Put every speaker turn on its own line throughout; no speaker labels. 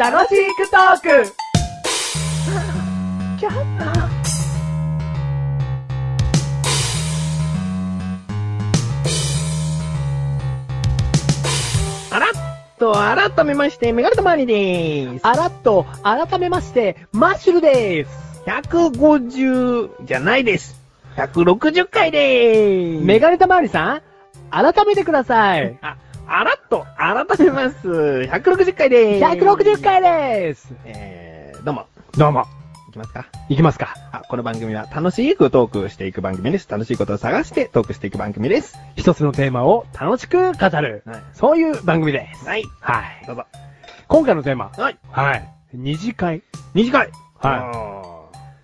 楽しくトーク
あらっと、改めまして、メガネたまわりです。
あらっと、改めまして、マッシュルです。
150じゃないです。160回でーす。
メガネたまわりさん、改めてください。
あ、あらっと、改めます。160回でーす。
160。回です。
えー、どうも、
どうも、
いきますか。
いきますか。
あ、この番組は楽しくトークをしていく番組です。楽しいことを探してトークしていく番組です。
一つのテーマを楽しく語る。
はい
そういう番組です。
はい。
はい。
どうぞ。
今回のテーマ、
はい。
はい。二次会。
二次会。
は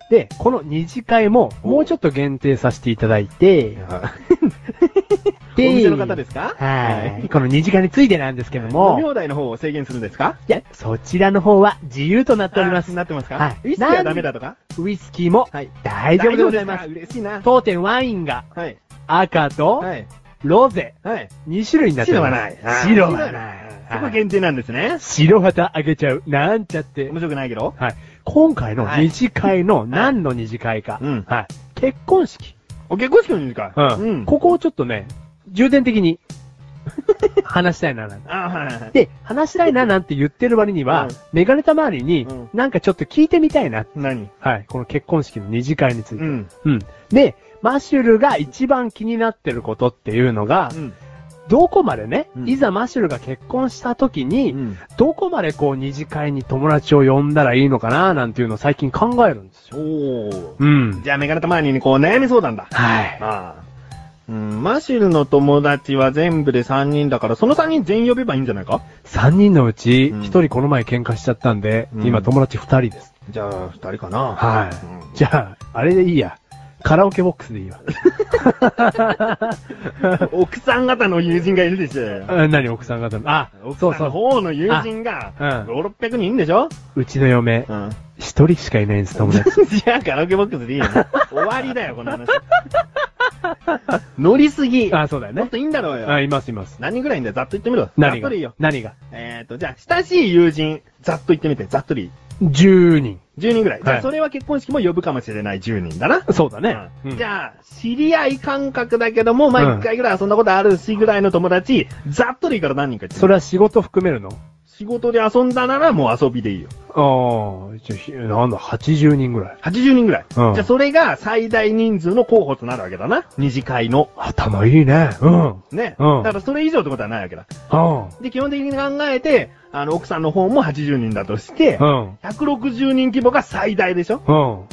で、この二次会も、もうちょっと限定させていただい
い
て、。
お店の方ですすか
はい。この二次会についてなんですけど
飲み
も、
放題の方を制限するんですか
いや、そちらの方は自由となっております
あ。なってますか
はい
ウイスキーはダメだとか
ウイスキーも
はい。
大丈夫でございます。
嬉しいな。
当店ワインが
はい。
赤と
はい。
ロゼ
はい。
2種類になってお
白
り
は
ま
な
す
い。。
白
は
は
な
ないい。
そこ
はい
限定なんですね。
白旗あげちゃう。なんちゃって
面。白くないけど。
はい。今回の
はい
二次会の何の二次会か。
うん
はい。結婚式。
お結婚式の時間。
うん。ここをちょっとね、重点的 に話したいななんて。
あはいはいはい。
で、話したいななんて言ってる割には、
うん
メガネた周りに
うん、
なんかちょっと聞いてみたいな。
何
はい。この結婚式の二次会について。
ん。
うん。で、マッシュルが一番気になってることっていうのが、
うん。
どこまでね、
うん
いざマッシュルが結婚した時に、
うん
どこまでこう二次会に友達を呼んだらいいのかななんていうのを最近考えるんですよ。
おー。
うん。
じゃあ、メガネたまわりにこう悩み相談だ。
はい。
ああ。うん、マシルの友達は全部で3人だから、その3人全員呼べばいいんじゃないか
三人のうち、
うん
一人この前喧嘩しちゃったんで、
うん
今友達二人です。
じゃあ、2人かな。
はい、
うん
じゃあ、あれでいいや。カラオケボックスで いいわ。
奥さん方の友人がいるでしょ。
あ何、奥さん方の。あ、そうそ
の
う。
方の友人が、
あう
5、600人でしょ
うちの嫁、
うん。
一人しかいないんです、友達。
じゃあ、カラオケボックスでいいよね。終わりだよ、この話。乗りすぎ。
あ、そうだよ
もっ
ね
と。いいんだろうよ。
あ、います、います。
何人ぐらいいんだよ、ざっと言ってみろ。
何
ざっ
が
とでいいよ。
何が
えーと、じゃあ、親しい友人、ざっと言ってみて、ざっとでいい。
?10 人。
10人ぐらい。じゃ
は
あ、
い
それは結婚式も呼ぶかもしれない10人だな。
そうだね。
うん
うん
じゃあ、知り合い感覚だけども、まあ、
うん
一回ぐらい遊んだことあるしぐらいの友達、ざっとでいいから何人か言ってみ
それは仕事含めるの
仕事で遊んだならもう遊びでいいよ。
ああ、じゃあひ、なんだ、80人ぐらい。
80人ぐらい。
うん
じゃあ、それが最大人数の候補となるわけだな。二次会の。
頭いいね。うん。うん。
ね。
うん
だから、それ以上ってことはないわけだ。
うん。
で、基本的に考えて、あの、奥さんの方も80人だとして、
うん。
160人規模が最大でしょ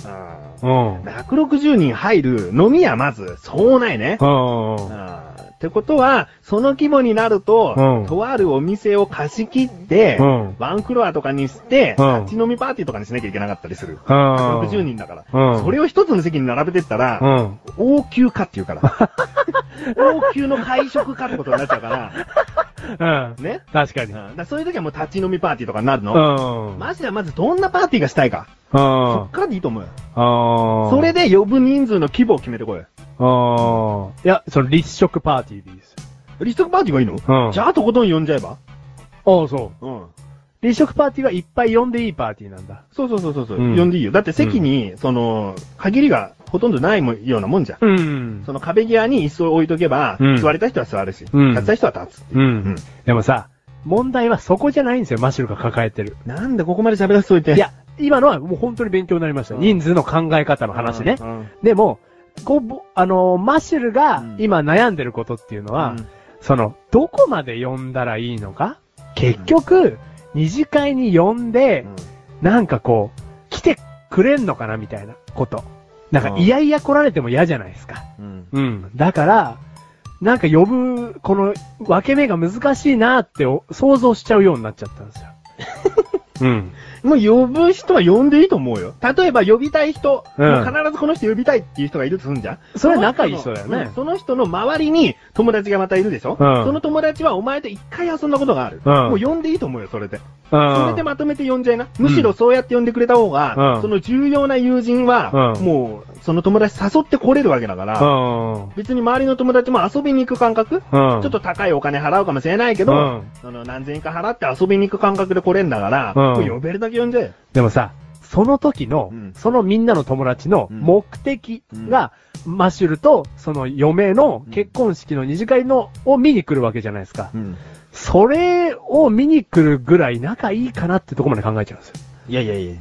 うん。
あー
うん。
160人入る飲み屋まず、そうないね。
うん。
あーってことは、その規模になると、
うん
とあるお店を貸し切って、
うん
ワンフロアとかにして、
うん
立ち飲みパーティーとかにしなきゃいけなかったりする。
うん。
160人だから。
うん。
それを一つの席に並べてったら、
うん。
王宮かってい うから。王宮の会食かってことになっちゃうから、
うん。
ね。
確か
う
に。
ん、
う
だからそういう時はもう立ち飲みパーティーとかになるの。
ん。
マジでまずどんなパーティーがしたいか。
うん。
そっからでいいと思うよ。
うん。
それで呼ぶ人数の規模を決めてこいよ。
うん。いや、その立食パーティーでいいです。
立食パーティーがいいの
うん。
じ
あ
ゃあとことん呼んじゃえば
あ、そう。
うん。
立食パーティーはいっぱい呼んでいいパーティーなんだ。
そうそうそうそうそう、
うん
呼んでいいよ。だって席に、その、限りがほとんどないもようなもんじゃん。
うん
そ。の壁際に椅子を置いとけば、
うん
座れた人は座るし、
うん
立った人は立つ。
う
うん
ん。でもさ、問題はそこじゃないんですよ、マシュルが抱えてる。
なんでここまで喋らせといて。
い、や、今のはもう本当に勉強になりました。
うん
人数の考え方の話ね
う。ん。
でも、こうぼ、あのー、マッシュルが
うん
今悩んでることっていうのは、
うん
その、どこまで呼んだらいいのか結局、二次会に呼んで、なんかこう、来てくれんのかなみたいなこと。なん
う
か、
ん
いやいや来られても嫌じゃないですか。
うん。
うん。だから、なんか呼ぶ、この、 分け目が難しいなってお想像しちゃうようになっちゃったんですよ。うん。
もう呼ぶ人は呼んでいいと思うよ。例えば呼びたい人、
うん
もう必ずこの人呼びたいっていう人がいるとするんじゃん。
それは仲いい人だよね
うんその人の周りに友達がまたいるでしょ、
うん
その友達はお前と一回遊んだことがある。
うん
もう呼んでいいと思うよ、それで。それで
う
まとめて呼んじゃいな。むしろそうやって呼んでくれた方が、
うん
その重要な友人は、
うん
もう、その友達誘ってこれるわけだから、
ん。うん。
別に周りの友達も遊びに行く感覚、
うん。
ちょっと高いお金払うかもしれないけど、
うん
その何千円か払って遊びに行く感覚で来れんだから、
うん
もう呼べるだけ呼んじゃえよ。
でもさ、その時の、
うん
そのみんなの友達の
うん
目的が、マシュルとその嫁の結婚式の二次会のを見に来るわけじゃないですか。それを見に来るぐらい仲いいかなってとこまで考えちゃうんですよ。
いやいやいや。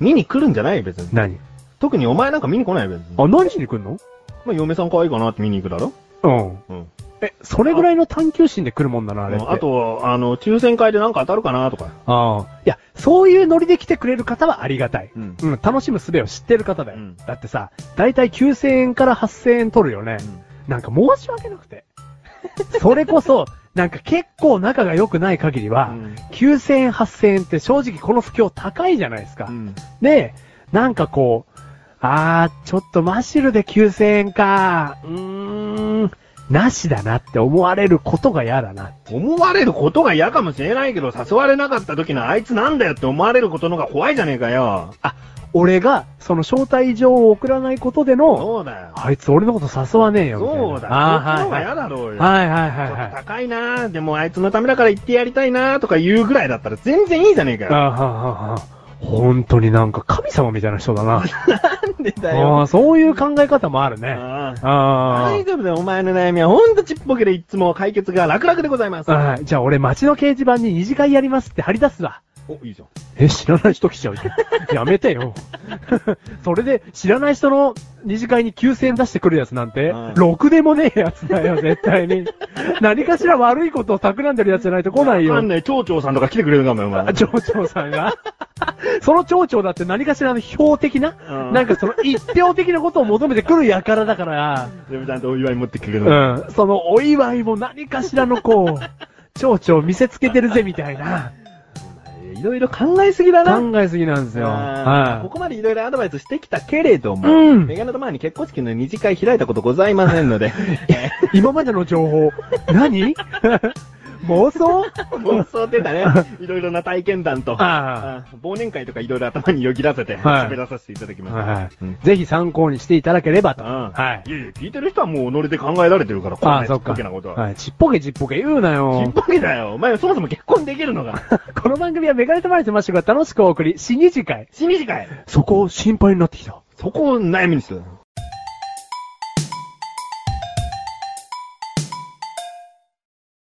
見に来るんじゃないよ、別に。
何
特にお前なんか見に来ないよ、別に。
あ、何しに来んの
まあ、嫁さん可愛いかなって見に行くだろ
うん。
うん。
え、それぐらいの探求心で来るもんだな、あれって。
あ、と、あの、抽選会でなんか当たるかなとか。
ああ。いや、そういうノリで来てくれる方はありがたい。
うん
うん、楽しむ術を知ってる方だよ。
うん
だってさ、だいたい9000円から8000円取るよね。なんか申し訳なくて。それこそ、なんか結構仲が良くない限りは、
うん
9000円、8000円って正直この不況高いじゃないですか。
うん。
で、なんかこう、あー、ちょっとマシルで9000円か、うーん、なしだなって思われることが嫌だな。
思われることが嫌かもしれないけど、誘われなかった時のあいつなんだよって思われることの方が怖いじゃねえかよ。
あ、俺がその招待状を送らないことでの、
そうだよ。
あいつ俺のこと誘わねえよみたいな。
そうだよ。
あ
そっ
ー
ちの方
は
が
いは
嫌だろう
い。
よ。
はいはいは
ち
い
ょっと
はい。
高いなぁ、でもあいつのためだから行ってやりたいなぁとか言うぐらいだったら全然いいじゃねえか
あー
よ。
はーはーはー本当になんか神様みたいな人だな。
なんでだ
あ
よ。
ーそういう考え方もあるね。
ああ
あ
大丈夫だよ、お前の悩みはほんとちっぽけでいつも解決が楽々でございます
あ。。はい。じゃあ俺街の掲示板に二次会やりますって貼り出すわ。
お、いいじゃん。
え、知らない人来ちゃうじゃ ん。やめてよ。 それで、知らない人の二次会に9000円出してくるやつなんて、
うん
ろくでもねえやつだよ、絶対 に。何かしら悪いことを企んでるやつじゃないと来ない
わかん
よ。
ない、町長さんとか来てくれるかもよ、お前。
町長さんが。その町長だって何かしらの票的な、
うん
なんかその一票的なことを求めてくる輩だから、
でもちゃんとお祝い持ってくれるの。
うん。そのお祝いも何かしらのこう、町長見せつけてるぜ、みたいな。
お前いろいろ考えすぎだな。
考えすぎなんですよ。
あーこ
は
こまでいろいろアドバイスしてきたけれども、
うん
メガネと前に結婚式の二次会開いたことございませんので、え
い。今までの情報、何 妄想
ー妄想出たね、いろいろな体験談と、
あ
あー忘年会とかいろいろ頭によぎらせて、
はい
喋らさせていただき
あ
ました。
はい
うん
ぜひ参考にしていただければと。
うん
はい。
いやいや、聞いてる人はもう己で考えられてるから、こん
あ
な
あ、
ち
そ
っ
っ
ぽ
か。
けなことは。
はい。ちっぽけちっぽけ言うな
ちっ
よ。
ぽけだよ。お前そもそも結婚できるのが。
この番組はメガネとマリとマッシュが楽しくお送り、死に次回。
死に次回。
そこを心配になってきた。
そこを悩みにする。